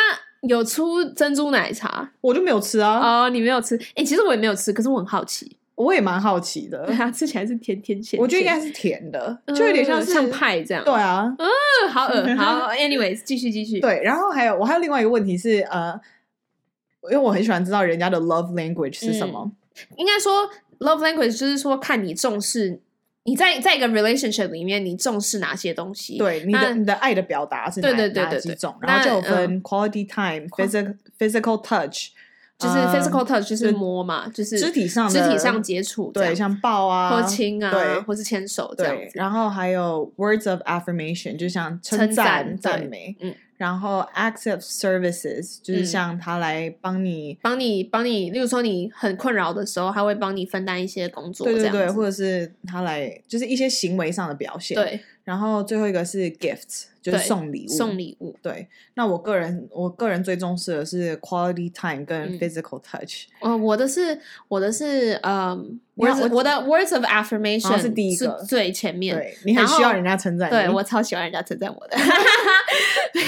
S1: 有出珍珠奶茶
S2: 我就没有吃啊，
S1: 哦，你没有吃？哎，其实我也没有吃，可是我很好奇。
S2: 我也蛮好奇的
S1: 对。啊，吃起来是甜甜咸，
S2: 呃我觉得应该
S1: 咸
S2: 是甜的，就有点像
S1: 呃
S2: 是
S1: 像。派这样。
S2: 对啊，
S1: 嗯，好恶 好，anyways，继续继续。，
S2: 对。然后还有我还有另外一个问题是呃，因为我很喜欢知道人家的 love language 是
S1: 嗯
S2: 什么。
S1: 应该说 love language 就是说看你重视你在在一个 relationship 里面你重视哪些东西。，
S2: 对你
S1: 那
S2: 的你的爱的表达是哪
S1: 对对对
S2: 哪
S1: 对
S2: 几
S1: 对
S2: 种，
S1: 那
S2: 然后就有分
S1: 嗯
S2: quality time、physical physical touch，
S1: 就是
S2: 嗯
S1: physical touch 就是
S2: 就
S1: 摸嘛，就是
S2: 肢体上
S1: 肢
S2: 的
S1: 体上接触这样，
S2: 对，像抱啊、
S1: 或亲啊，
S2: 对
S1: 或是牵手这样
S2: 对，
S1: 子。
S2: 然后还有 words of affirmation，就像
S1: 称
S2: 赞、
S1: 赞
S2: 赞
S1: 对
S2: 美，
S1: 嗯，
S2: 然后 acts of services 就是
S1: 嗯
S2: 像他来帮你，
S1: 帮你帮你，例如说你很困扰的时候，他会帮你分担一些工作，
S2: 对
S1: 这
S2: 对
S1: 样
S2: 对，
S1: 子
S2: 或者是他来就是一些行为上的表现，。
S1: 对
S2: 然后最后一个是 gifts，就
S1: 对
S2: 是送礼物，
S1: 送礼物，
S2: 对，那我个人我个人最重视的是 quality time 跟
S1: 嗯
S2: physical touch，、
S1: 哦，我的是我的是嗯，
S2: 你看
S1: words-
S2: 我哦
S1: 我的 words of affirmation
S2: 是第一个
S1: 最前面，
S2: 对你很
S1: 然
S2: 需要
S1: 后
S2: 人家称赞你，
S1: 对我超喜欢人家称赞我的。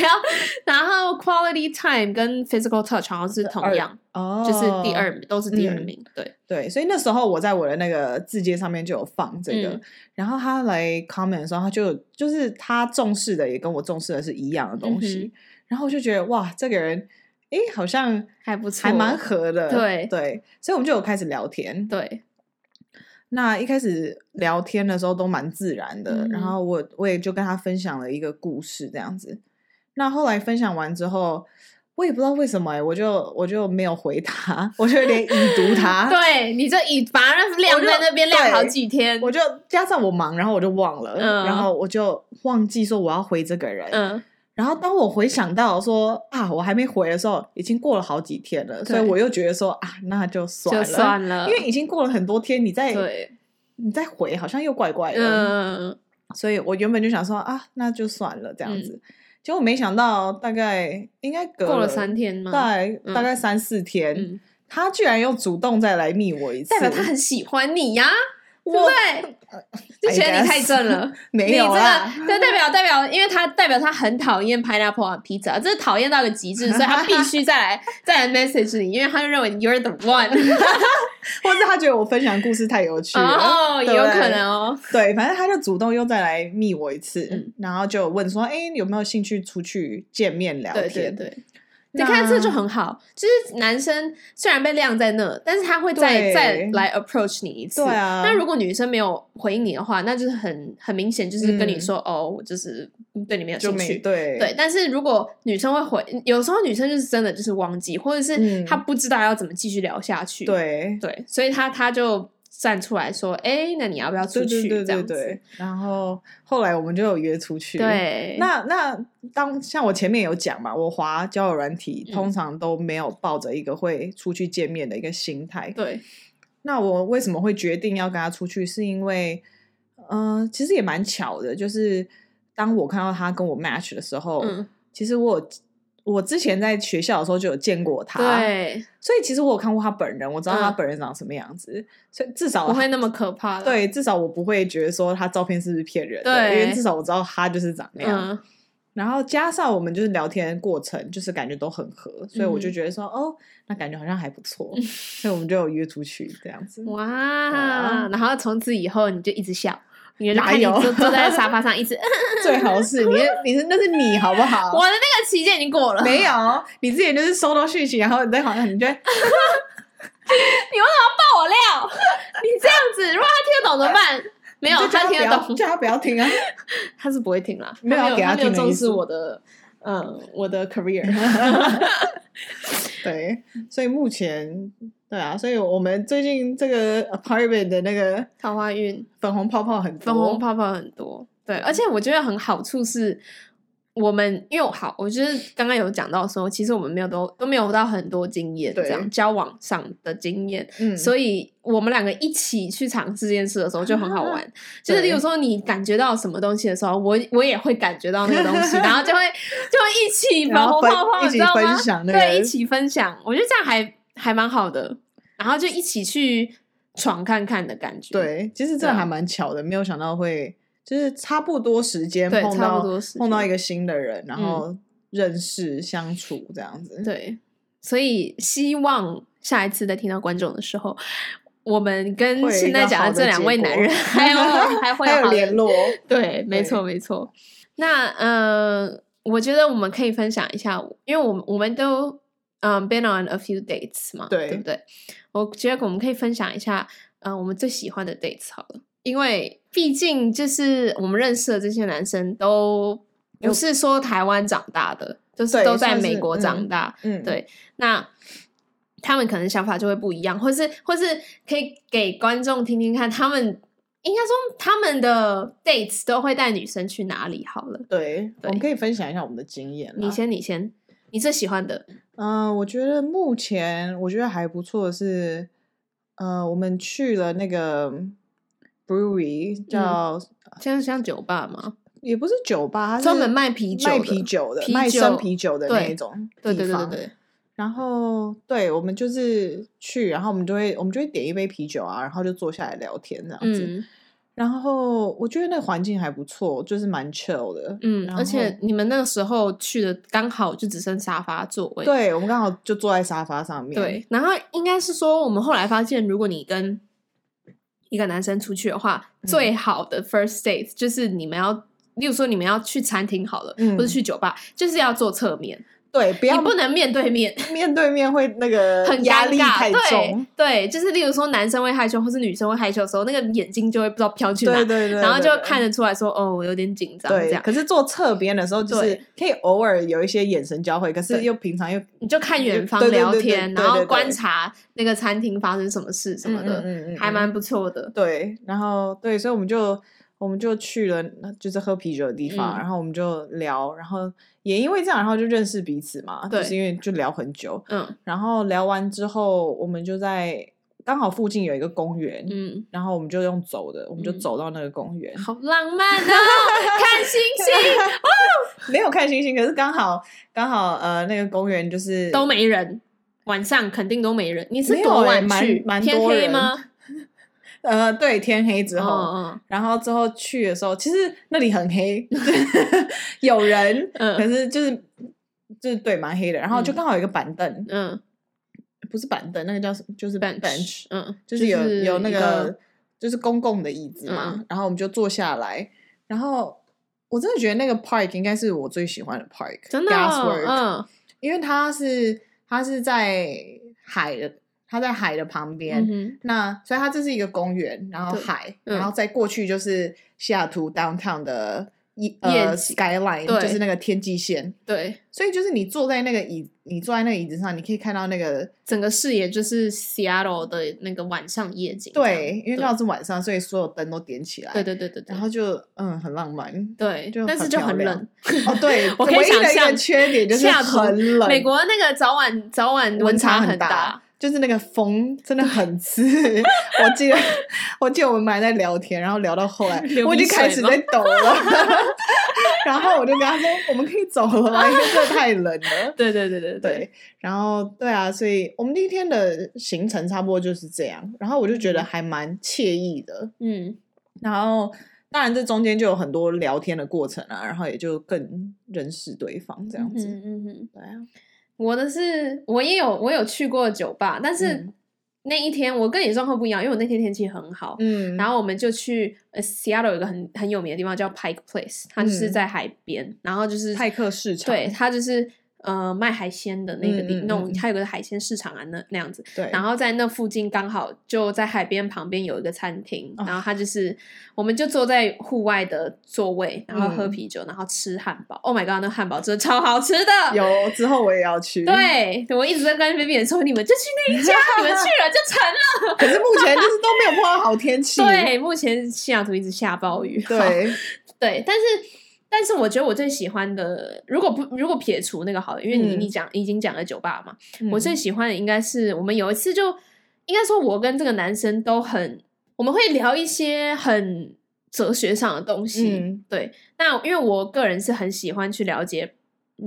S1: 然后然后 quality time 跟 physical touch 好像是同样，
S2: 哦，
S1: 就是第二名，都是第二
S2: 嗯
S1: 名。对，
S2: 对，所以那时候我在我的那个字节上面就有放这个，
S1: 嗯
S2: 然后他来 comment 的时候，他就就是他重视的也跟我重视的是一样的东西，
S1: 嗯
S2: 然后我就觉得哇，这个人诶好像
S1: 还不错，
S2: 还蛮合的，
S1: 对
S2: 对，所以我们就有开始聊天。
S1: 对，
S2: 那一开始聊天的时候都蛮自然的，然
S1: 嗯哼
S2: 后我我也就跟他分享了一个故事这样子。那后来分享完之后，我也不知道为什么、欸，我就我就没有回他，我就有点已读他，
S1: 对，你这以把它晾
S2: 啊我就
S1: 在那边
S2: 对
S1: 晾好几天，
S2: 我就加上我忙，然后我就忘了，
S1: 嗯
S2: 然后我就忘记说我要回这个人。
S1: 嗯，
S2: 然后当我回想到说啊，我还没回的时候，已经过了好几天了，所以我又觉得说啊，那就算
S1: 就
S2: 了，
S1: 算了，
S2: 因为已经过了很多天，你再
S1: 对，
S2: 你再回好像又怪怪的，
S1: 嗯，
S2: 所以我原本就想说啊，那就算了这样子。结果没想到，大概应该隔
S1: 过了三，天吗？
S2: 大概
S1: 嗯
S2: 大概三四天，
S1: 嗯，
S2: 他居然又主动再来密我一次，
S1: 代表他很喜欢你呀，对
S2: 我
S1: 不对？ 就觉得
S2: I
S1: 你
S2: guess
S1: 太正了。
S2: 没有
S1: 你
S2: 啦，
S1: 这个，这代表代表，因为他代表他很讨厌 pineapple on pizza，这是讨厌到一个极致，所以他必须再来再 来 message 你，因为他就认为 you're the one。
S2: 或者他觉得我分享故事太有趣了，
S1: 哦，
S2: 对
S1: 有
S2: 不对
S1: 可能哦。
S2: 对，反正他就主动又再来密我一次，
S1: 嗯
S2: 然后就问说：“哎、你有没有兴趣出去见面聊
S1: 对
S2: 天？”
S1: 对对，你
S2: 那
S1: 看这就很好，就是男生虽然被晾在那，但是他会再
S2: 对
S1: 再来 approach 你一次。
S2: 对啊
S1: 那如果女生没有回应你的话，那就是很很明显，就是跟你
S2: 嗯
S1: 说、哦，我就是对你没有
S2: 就
S1: 兴
S2: 没
S1: 趣。
S2: 对
S1: 对，但是如果女生会回，有时候女生就是真的就是忘记，或者
S2: 嗯
S1: 是她不知道要怎么继续聊下去。
S2: 对
S1: 对，所以她她就站出来说，哎，那你要不要出
S2: 对
S1: 去？
S2: 对对
S1: 这
S2: 对
S1: 样子
S2: 对。然后后来我们就有约出去。。
S1: 对，
S2: 那那当像我前面有讲嘛，我滑交友软体
S1: 嗯
S2: 通常都没有抱着一个会出去见面的一个心态。
S1: 对
S2: 那我为什么会决定要跟他出去？是因为，嗯、其实也蛮巧的，就是当我看到他跟我 match 的时候，
S1: 嗯
S2: 其实我有我之前在学校的时候就有见过他，，
S1: 对，
S2: 所以其实我有看过他本人，我知道他
S1: 嗯
S2: 本人长什么样子，所以至少
S1: 不会那么可怕的。
S2: 啊对，至少我不会觉得说他照片是不是骗人的，
S1: 对
S2: 因为至少我知道他就是长那样。
S1: 嗯，
S2: 然后加上我们就是聊天过程，就是感觉都很合，所以我就
S1: 嗯
S2: 觉得说，哦，那感觉好像还不错，所以我们就有约出去这样子。
S1: 哇！
S2: 啊
S1: 然后从此以后你就一直笑，你就
S2: 哪
S1: 看你
S2: 有
S1: 坐坐 在沙发上一直。
S2: 最好是你，你是那是你好不好？
S1: 我的那个期间已经过了，
S2: 没有，你之前就是收到讯息，然后你在好像你觉得
S1: 爆我料。 你这样子，如果他听得懂怎么办？没有
S2: 就，叫
S1: 他
S2: 他
S1: 听
S2: 不
S1: 得
S2: 要
S1: 懂，
S2: 叫他不要听啊。
S1: 他是不会听啦。
S2: 没有
S1: 他
S2: 要给他
S1: 没有
S2: 听的
S1: 重
S2: 意
S1: 视
S2: 思
S1: 我的，嗯， 我的 career。
S2: 对，所以目前对啊，所以我们最近这个 apartment 的那个
S1: 桃花运，
S2: 粉红泡泡很多，
S1: 粉红泡泡很多。对，而且我觉得很好处是。我们因为我好，我就是刚刚有讲到说，其实我们没有都都没有到很多经验，这
S2: 对
S1: 样交往上的经验，
S2: 嗯，
S1: 所以我们两个一起去尝试这件事的时候就很好玩。就是
S2: 对
S1: 例如说你感觉到什么东西的时候，我我也会感觉到那个东 西，然后就会就会一起粉
S2: 然后
S1: 红
S2: 分
S1: 泡泡，
S2: 一
S1: 你知
S2: 起
S1: 道吗
S2: 分？享那个，
S1: 对，一起分享，我觉得这样还还蛮好的。然后就一起去闯看看的感觉。
S2: 对，其实这
S1: 对啊
S2: 还蛮巧的，没有想到会就是差不多时间
S1: 对
S2: 碰
S1: 差不
S2: 到
S1: 多时
S2: 碰到
S1: 间嗯
S2: 一个新的人，然后认识相处这样子，
S1: 对，所以希望下一次再听到观众的时候。我们跟
S2: 会有一
S1: 现在
S2: 个
S1: 讲
S2: 好
S1: 的这两
S2: 结
S1: 位
S2: 果
S1: 男 人， 还有还会
S2: 还
S1: 好
S2: 有
S1: 的
S2: 联络，
S1: 对，没错，没错。那呃，我觉得我们可以分享一下，因为我们我们都嗯、been on a few dates 嘛，
S2: 对
S1: 不对？我觉得我们可以分享一下，嗯、我们最喜欢的 dates 好了，因为毕竟就是我们认识的这些男生都不是说台湾长大的，就是
S2: 对
S1: 都在
S2: 算
S1: 美
S2: 是
S1: 国长大，
S2: 嗯，
S1: 对那他们可能想法就会不一样，或是或是可以给观众听听看，他们应该说他们的 dates 都会带女生去哪里好了。
S2: 对，我
S1: 对
S2: 们可以分享一下我们的经验啦。
S1: 你先，你先，你最喜欢的，
S2: 嗯，我觉得目前我觉得还不错的是，呃，我们去了那个
S1: 嗯
S2: brewery 叫、
S1: 像像酒吧吗？
S2: 也不是酒吧，它是
S1: 专门卖啤酒的
S2: 卖啤酒的、
S1: 啤
S2: 卖
S1: 酒
S2: 生啤酒的那
S1: 对
S2: 一种
S1: 对
S2: 地
S1: 对对对
S2: 方
S1: 对，
S2: 然后对我们就是去，然后我们就会我们就会点一杯啤酒啊，然后就坐下来聊天这样子。
S1: 嗯
S2: 然后我觉得那个环境还不错，就是蛮 chill 的。
S1: 嗯，
S2: 然
S1: 而且
S2: 后
S1: 你们那个时候去的刚好就只剩沙发座位，
S2: 对我们刚好就坐在沙发上面。
S1: 对，然后应该是说，我们后来发现，如果你跟一个男生出去的话，
S2: 嗯
S1: 最好的 first date 就是你们要，例如说你们要去餐厅好了，
S2: 嗯
S1: 或者去酒吧，就是要坐侧面，
S2: 对，不
S1: 你
S2: 要
S1: 不能面对面，
S2: 面对面会那个
S1: 很
S2: 压
S1: 尴
S2: 力
S1: 尬。
S2: 太重
S1: 对。对，就是例如说男生会害羞，或是女生会害羞的时候，那个眼睛就会不知道飘去哪，
S2: 对对对，
S1: 然后
S2: 对
S1: 就看。得出来说，哦，我有点紧张，
S2: 对
S1: 这
S2: 对，
S1: 样
S2: 可是坐侧边的时候，就是
S1: 对
S2: 可以偶尔有一些眼神交汇，可是
S1: 对嗯
S2: 又平常又
S1: 你就看远方
S2: 对对
S1: 聊
S2: 对对
S1: 天，
S2: 对
S1: 然后
S2: 对对
S1: 观察那个餐厅发生什么事什么的，
S2: 嗯嗯嗯嗯
S1: 还蛮不错的。
S2: 对，然后对，所以我们就我们就去了那就是喝啤酒的地方，
S1: 嗯
S2: 然后我们就聊，然后也因为这样，然后就认识彼此嘛，就
S1: 对
S2: 是因为就聊很久，
S1: 嗯
S2: 然后聊完之后，我们就在刚好附近有一个公园，
S1: 嗯。
S2: 然后我们就用走的，我们就
S1: 嗯
S2: 走到那个公园，
S1: 好浪漫 哦，看星星
S2: 没有看星星，可是刚好刚好呃那个公园就是
S1: 都没人，晚上肯定都没人。你是
S2: 没有
S1: 多
S2: 欸
S1: 晚
S2: 蛮
S1: 去？
S2: 蛮
S1: 天
S2: 多
S1: 黑
S2: 人
S1: 吗？
S2: 呃对天黑之
S1: 嗯
S2: 后，
S1: 嗯
S2: 然后之后去的时候，其实那里很黑， 有人，
S1: 嗯
S2: 可是就是就是对蛮黑的。然后就
S1: 嗯
S2: 刚好有一个板凳，
S1: 嗯
S2: 不是板凳，那个叫什么？就是
S1: ，bench
S2: bench，
S1: 嗯，
S2: 就是有
S1: 是
S2: 有那
S1: 一
S2: 个就是公共的椅子嘛。
S1: 嗯
S2: 然后我们就坐下来，然后我真的觉得那个 park 应该是我最喜欢的 park，
S1: 真的
S2: g a
S1: 哦
S2: s w o r k
S1: 嗯
S2: 因为它是它是在海的，它在海的旁边，
S1: 嗯哼
S2: 那所以它这是一个公园，然后
S1: 对
S2: 海，
S1: 嗯
S2: 然后再过去就是西雅图 downtown 的一
S1: 夜
S2: 呃
S1: 景
S2: skyline，
S1: 对
S2: 就是那个天际线，
S1: 对，
S2: 所以就是你坐在那个椅，你坐在那个椅子上，你可以看到那个
S1: 整个视野就是 Seattle 的那个晚上夜景这样。
S2: 对，因为刚好是晚上，所以所有灯都点起来，
S1: 对对对对对，
S2: 然后就嗯很浪漫。
S1: 对
S2: 就，
S1: 但
S2: 很
S1: 是就
S2: 漂
S1: 很
S2: 亮
S1: 冷。
S2: 哦，对，
S1: 我可以
S2: 唯一
S1: 想
S2: 的一个
S1: 象
S2: 缺点就是
S1: 下头
S2: 很冷，
S1: 美国那个早晚早晚
S2: 温
S1: 差
S2: 差
S1: 很
S2: 很大，就是那个风真的很刺。 我记得，我记得我们还在聊天，然后聊到后来
S1: 流，
S2: 我已
S1: 鼻
S2: 经开
S1: 水
S2: 始
S1: 吗
S2: 在抖了。 然后我就跟他说：“我们可以走了吗？因为这太冷了。
S1: 对对对对”对，
S2: 对，然后对啊，所以我们那天的行程差不多就是这样。然后我就觉得还蛮惬意的。
S1: 嗯，
S2: 然后当然这中间就有很多聊天的过程啊，然后也就更认识对方这样子。
S1: 嗯嗯嗯。
S2: 对啊，
S1: 我的是，我也有我有去过酒吧，但是
S2: 嗯
S1: 那一天我跟你状况不一样，因为我那天天气很好，
S2: 嗯，
S1: 然后我们就去呃 Seattle 有一个很很有名的地方叫 Pike Place，它就是
S2: 嗯
S1: 在海边，然后就是
S2: 派克市场，
S1: 对，它就是呃卖海鲜的那个地，
S2: 嗯嗯
S1: 那种
S2: 嗯
S1: 它有个海鲜市场啊，那那样子。
S2: 对，
S1: 然后在那附近刚好就在海边旁边有一个餐厅，
S2: 哦
S1: 然后它就是我们就坐在户外的座位，然后喝
S2: 嗯
S1: 啤酒，然后吃汉堡。Oh my god，那汉堡真的超好吃 的！
S2: 有之后我也要去。，
S1: 对，我一直在跟 Vivian 说，你们就去那 一家，你们去了就成了。
S2: 可是目前就是都没有碰到好天气。
S1: 对，目前西雅图一直下暴雨。好
S2: 对，
S1: 对，但是但是我觉得我最喜欢的，如果不如果撇除那个好了，因为你、
S2: 嗯
S1: 你讲已经讲了酒吧嘛，
S2: 嗯
S1: 我最喜欢的应该是我们有一次就应该说，我跟这个男生都很，我们会聊一些很哲学上的东西。
S2: 嗯
S1: 对，那因为我个人是很喜欢去了解。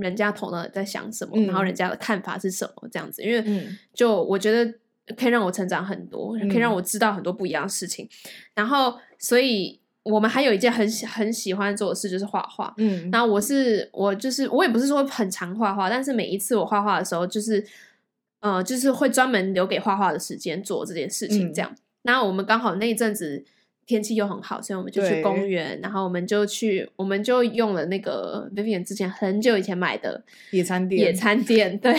S1: 人家头脑在想什么，然后
S2: 嗯
S1: 人家的看法是什么，这样子，因为
S2: 嗯
S1: 就我觉得可以让我成长很多，可以让
S2: 嗯
S1: 我知道很多不一样的事情。然后，所以我们还有一件很喜很喜欢做的事就是画画。
S2: 嗯，
S1: 然后我是我就是我也不是说很常画画，但是每一次我画画的时候，就是呃，就是会专门留给画画的时间做这件事情。这
S2: 嗯
S1: 样，然后我们刚好那一阵子天气又很好，所以我们就去
S2: 对
S1: 公园，然后我们就去，我们就用了那个 Vivian 之前很久以前买的
S2: 野餐店，
S1: 野，餐垫， 对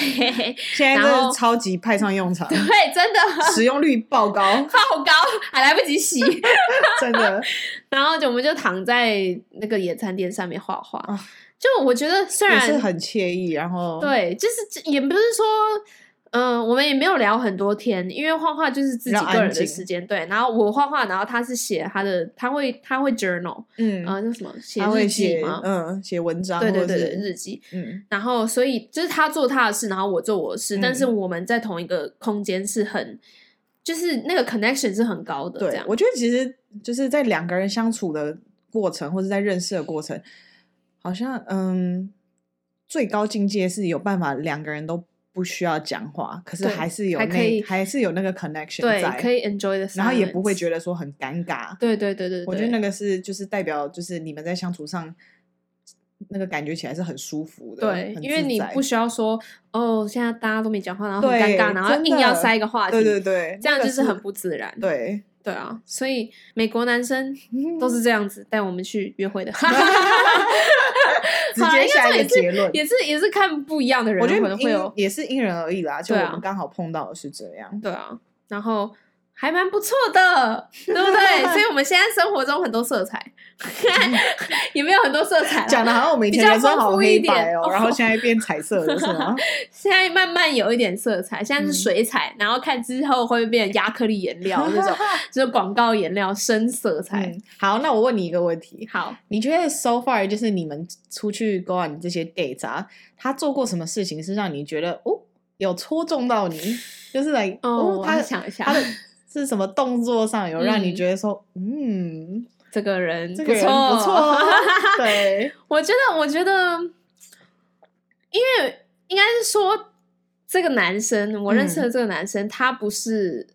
S2: 现在
S1: 然
S2: 真的
S1: 后
S2: 是超级派上用场，
S1: 对，真的。，
S2: 使用率爆高
S1: 爆高，还来不及 洗。
S2: 真的。
S1: 然后就我们就躺在那个野餐垫上面画画。
S2: 啊
S1: 就我觉得虽
S2: 也
S1: 然
S2: 是很惬意，然后，
S1: 对，就是这也不是说。嗯，我们也没有聊很多天，因为画画就是自
S2: 比较
S1: 己个人
S2: 安
S1: 的
S2: 静
S1: 时间。对，然后我画画，然后他是写他的，他会他会 journal，
S2: 嗯，
S1: 啊、叫什么写
S2: 他
S1: 日
S2: 会
S1: 记
S2: 写
S1: 吗？
S2: 嗯写文章，
S1: 对对
S2: 或者
S1: 对对，
S2: 是
S1: 日记。
S2: 嗯
S1: 然后，所以就是他做他的事，然后我做我的事，但是
S2: 嗯
S1: 我们在同一个空间是很，就是那个 connection 是很高的。这
S2: 对
S1: 样，，
S2: 我觉得其实就是在两个人相处的过程，或者在认识的过程，好像嗯，最高境界是有办法两个人都不需要讲话，可是
S1: 对
S2: 还是有
S1: 还
S2: 那
S1: 可以
S2: 还是有那个 connection
S1: 对，
S2: 在，
S1: 可以 enjoy the，
S2: 然后也不会
S1: silence
S2: 觉得说很尴尬。
S1: 对对对对，
S2: 我觉得那
S1: 个
S2: 个是就是代表就是你们在相处上那个感觉起来是很舒服的，
S1: 对，
S2: 很
S1: 因为
S2: 自
S1: 你
S2: 在
S1: 不需要说哦，现在大家都没讲话，然后很尴
S2: 对
S1: 尬，然后
S2: 真
S1: 硬要
S2: 的
S1: 塞一个话题，
S2: 对对对，
S1: 这
S2: 那
S1: 样
S2: 个
S1: 就是很不自然。
S2: 对，
S1: 对啊，所以美国男 生都是这样子带我们去约会的，
S2: 直
S1: 好啦啊
S2: 接
S1: 因为
S2: 下
S1: 这
S2: 一
S1: 也
S2: 个
S1: 是
S2: 结论。
S1: 也是也是看不一样的人，
S2: 我觉
S1: 可
S2: 得
S1: 能会
S2: 因
S1: 有
S2: 也是因人而异啦，就
S1: 对啊
S2: 我们刚好碰到的是这样。
S1: 对啊，然后还蛮不错的，对不 对？所以我们现在生活中很多色彩， 也没有很多色彩啦，
S2: 嗯讲的好像我们
S1: 啊
S2: 以
S1: 比
S2: 前
S1: 较
S2: 人生
S1: 丰
S2: 好
S1: 富一
S2: 黑
S1: 点
S2: 白
S1: 哦
S2: 哦，然后现在变彩色了，是 吗？
S1: 现在慢慢有一点色彩，现在是
S2: 嗯
S1: 水彩，然后看之后会不会变成亚克力颜料那 种，就是广告颜料深色彩。
S2: 嗯，好，那我问你一个问题，
S1: 好，
S2: 你觉得 so far 就是你们出去 go on 这些 dates 啊，他做过什么事情是让你觉得哦有戳中到你，就是来、like,
S1: 哦，
S2: 哦
S1: 我
S2: 他
S1: 要想一下
S2: 他，的是什么动作上有让你
S1: 嗯
S2: 觉得说嗯
S1: 这个人
S2: 这个人不错 哦，对，
S1: 我觉得，我觉得，因为应该是说这个男生，我认识
S2: 嗯
S1: 的这个男生，他不是，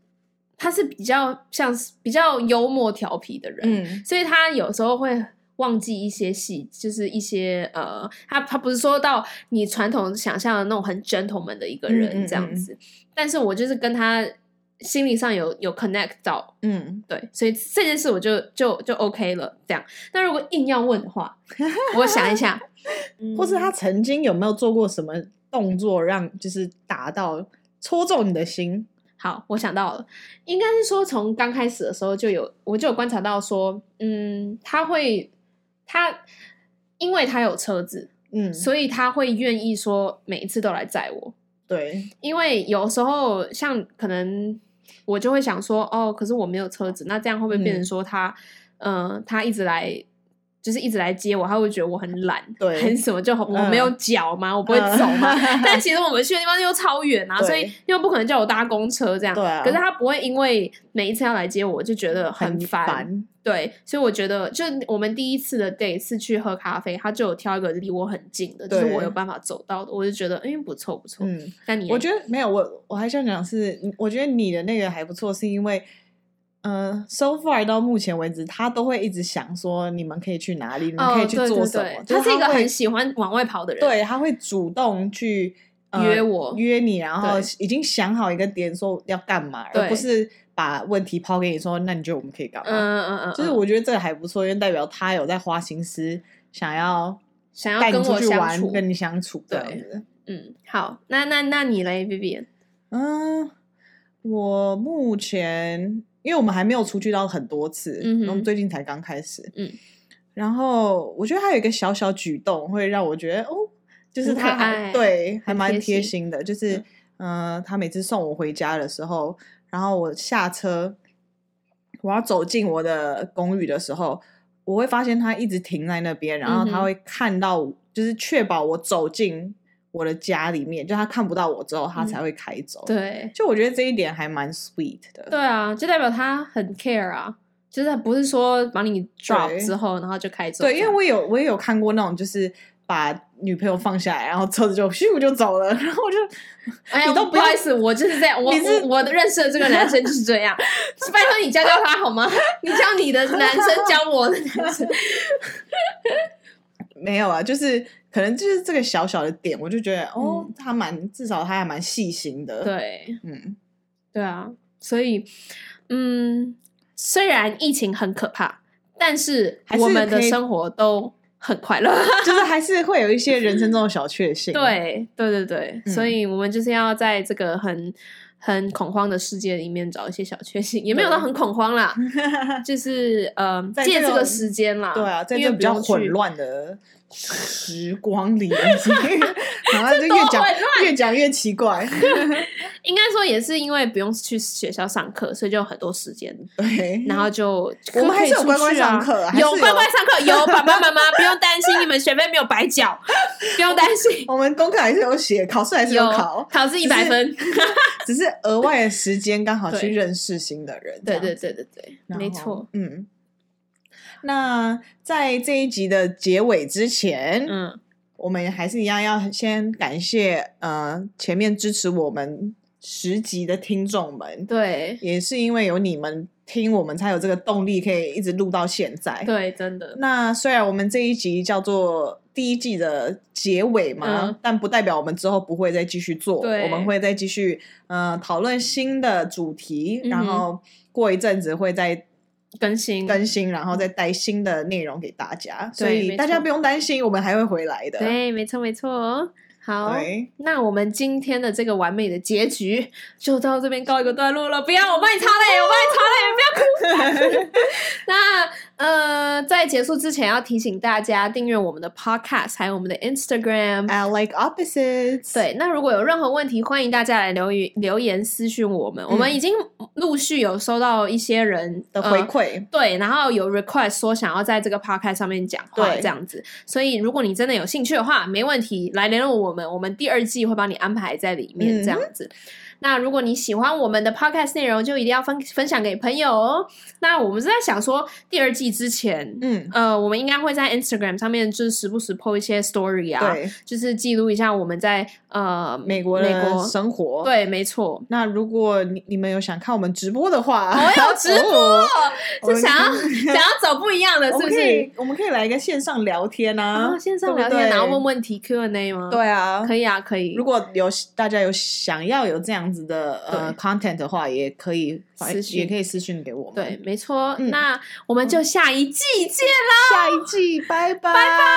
S1: 他是比较像是比较幽默调皮的人，
S2: 嗯
S1: 所以他有时候会忘记一些细，就是一些呃，他他不是说到你传统想象的那种很 gentleman 的一个人
S2: 嗯嗯
S1: 这样子，但是我就是跟他心理上有有 connect 到，
S2: 嗯，
S1: 对，所以这件事我就就就 OK 了这样。那如果硬要问的话，我想一下， 嗯
S2: 或是他曾经有没有做过什么动作让就是达到戳中你的心？
S1: 好，我想到了，应该是说从刚开始的时候就有，我就有观察到说，嗯，他会他因为他有车子，
S2: 嗯，
S1: 所以他会愿意说每一次都来载我。
S2: 对，
S1: 因为有时候像可能我就会想说，哦，可是我没有车子，那这样会不会变
S2: 嗯
S1: 成说他，呃，他一直来。就是一直来接我，他会觉得我很懒，
S2: 对
S1: 很什么就很我没有脚嘛，我不会
S2: 嗯
S1: 走嘛。 但其实我们去的地方又超远啊，
S2: 对
S1: 所以又不可能叫我搭公车这样。
S2: 对啊
S1: 可是他不会因为每一次要来接我，就觉得
S2: 很
S1: 烦。
S2: 烦，
S1: 对，所以我觉得，就我们第一次的 date 是去喝咖啡，他就有挑一个离我很近的，就是
S2: 对
S1: 我有办法走到的，我就觉得，哎、不错不错。
S2: 嗯。
S1: 那你
S2: 我
S1: 得
S2: 觉得没有，我我还想讲是，嗯我觉得你的那个还不错，是因为，呃，so far 到目前为止，他都会一直想说你们可以去哪里，你们可以去做什么。
S1: 哦、对对对
S2: 就
S1: 他是一个
S2: 会
S1: 很喜欢往外跑的人。
S2: 对，他会主动去、呃
S1: 约我
S2: 约你，然后
S1: 对
S2: 已经想好一个点说要干嘛，
S1: 对
S2: 而不是把问题抛给你说，那你觉得我们可以干嘛？
S1: 嗯，嗯嗯嗯，
S2: 就是我觉得这个还不错，因为代表他有在花心思想要
S1: 想要
S2: 带
S1: 跟
S2: 你出
S1: 我
S2: 去
S1: 相
S2: 玩，
S1: 处。
S2: 跟你相处这样
S1: 对
S2: 子。
S1: 嗯，好，那那那你嘞，Vivian？
S2: 嗯，我目前因为我们还没有出去到很多次，
S1: 嗯哼
S2: 我们最近才刚开始，
S1: 嗯，
S2: 然后我觉得还有一个小小举动会让我觉得哦，就是
S1: 很可
S2: 他
S1: 爱
S2: 还对还
S1: 很
S2: 蛮
S1: 贴
S2: 贴
S1: 心
S2: 心的，就是嗯、呃他每次送我回家的时候，然后我下车，我要走进我的公寓的时候，我会发现他一直停在那边，然后
S1: 嗯
S2: 他
S1: 哼
S2: 会看到我，就是确保我走进。我的家里面，就他看不到我之后，他
S1: 嗯
S2: 才会开走。
S1: 对
S2: 就我觉得这一点还蛮 sweet 的。
S1: 对啊，就代表他很 care 啊，就是不是说把你 drop 之后，然后就开走这
S2: 对，
S1: 样。
S2: 因为我有我也有看过那种就是。把女朋友放下来，然后车子就咻就走了， 然后我就
S1: 哎呀，
S2: 你都
S1: 不
S2: 不用
S1: 好意思，我就是这样，我
S2: 你是
S1: 我我的认识的这个男生就是这样。拜托你教教他 好吗？你教你的男生教我的男生，
S2: 没有啊，就是可能就是这个小小的点，我就觉得、哦，他蛮至少他还蛮细心的。，
S1: 嗯对
S2: 嗯，
S1: 对啊，所以嗯，虽然疫情很可怕，但是
S2: 还是
S1: 我们的
S2: 可以
S1: 生活都很快乐。
S2: 就是还是会有一些人生中的小确 幸。，啊
S1: 对对对对，
S2: 嗯
S1: 所以我们就是要在这个很很恐慌的世界里面找一些小确幸，也没有到很恐慌 啦，就是呃，
S2: 在
S1: 借
S2: 这
S1: 这
S2: 种
S1: 个时间啦，
S2: 对啊，在
S1: 因为
S2: 这比
S1: 不
S2: 较
S1: 用去
S2: 混。乱的时光里面， 然后就越
S1: 多
S2: 讲
S1: 混
S2: 越讲越奇 怪。
S1: 应该说也是因为不用去学校上课，所以就有很多时间，
S2: 对，
S1: 然后就
S2: 我们还是有
S1: 可以出去啊
S2: 乖乖上课还是
S1: 有
S2: 有
S1: 乖乖上课，有爸爸妈妈不用担心，你们学费没有白缴，不用担心，
S2: 我们功课还是有写，考 试还是有考，
S1: 考试一百分，
S2: 只是额外的时间刚好
S1: 对
S2: 去认识新的人。
S1: 对对
S2: 这样子，
S1: 对对对，
S2: 然
S1: 没
S2: 后
S1: 错，，
S2: 嗯。那在这一集的结尾之前，
S1: 嗯，
S2: 我们还是一样要先感谢呃前面支持我们十集的听众们，
S1: 对
S2: 也是因为有你们听，我们才有这个动力可以一直录到现在。
S1: 对，真的，
S2: 那虽然我们这一集叫做第一季的结尾嘛，
S1: 嗯
S2: 但不代表我们之后不会再继续做，
S1: 对
S2: 我们会再继续呃讨论新的主题，
S1: 嗯哼
S2: 然后过一阵子会再
S1: 更新
S2: 更新，然后再带新的内容给大家，所
S1: 没
S2: 以
S1: 错
S2: 大家不用担心，我们还会回来的。
S1: 对，哦没错没错。好，
S2: 对
S1: 那我们今天的这个完美的结局就到这边告一个段落了。不要，我帮你擦泪，我帮你擦泪，不要哭。 那呃，在结束之前要提醒大家订阅我们的 Podcast，还有我们的 Instagram。
S2: I like opposites。
S1: 对，那如果有任何问题，欢迎大家来留言留言私讯我们。我们
S2: 嗯
S1: 已经陆续有收到一些人
S2: 的
S1: 呃
S2: 回馈，
S1: 对，然后有 request 说想要在这个 podcast 上面讲话
S2: 对
S1: 这样子，所以如果你真的有兴趣的话，没问题，来联络我们，我们第二季会帮你安排在里面
S2: 嗯哼
S1: 这样子。那如果你喜欢我们的 podcast 内容，就一定要分分享给朋友哦。那我们是在想说，第二季之前，
S2: 嗯，
S1: 呃，我们应该会在 Instagram 上面就是时不时 po 一些 story 啊，
S2: 对，
S1: 就是记录一下我们在呃
S2: 美国
S1: 美
S2: 的
S1: 国
S2: 生活。，
S1: 对，没错，
S2: 那如果你你们有想看我们直播的话，
S1: 我有直
S2: 播，
S1: 就想要想要走不一样的， 是
S2: 我
S1: 不
S2: 们可
S1: 是
S2: 以？我们可以来一个线上聊天啊，
S1: 啊，线上聊天，
S2: 对不对
S1: 然后问问题 Q&A 吗？，
S2: 对啊，
S1: 可
S2: 以。
S1: 以啊，可以。
S2: 如果有大家有想要有这样子的呃
S1: 对
S2: content 的话，也可以
S1: 私讯
S2: 也可以私信给我们。
S1: 对，，没错，
S2: 嗯
S1: 那我们就下一季见啦，
S2: 下一季，拜拜。拜拜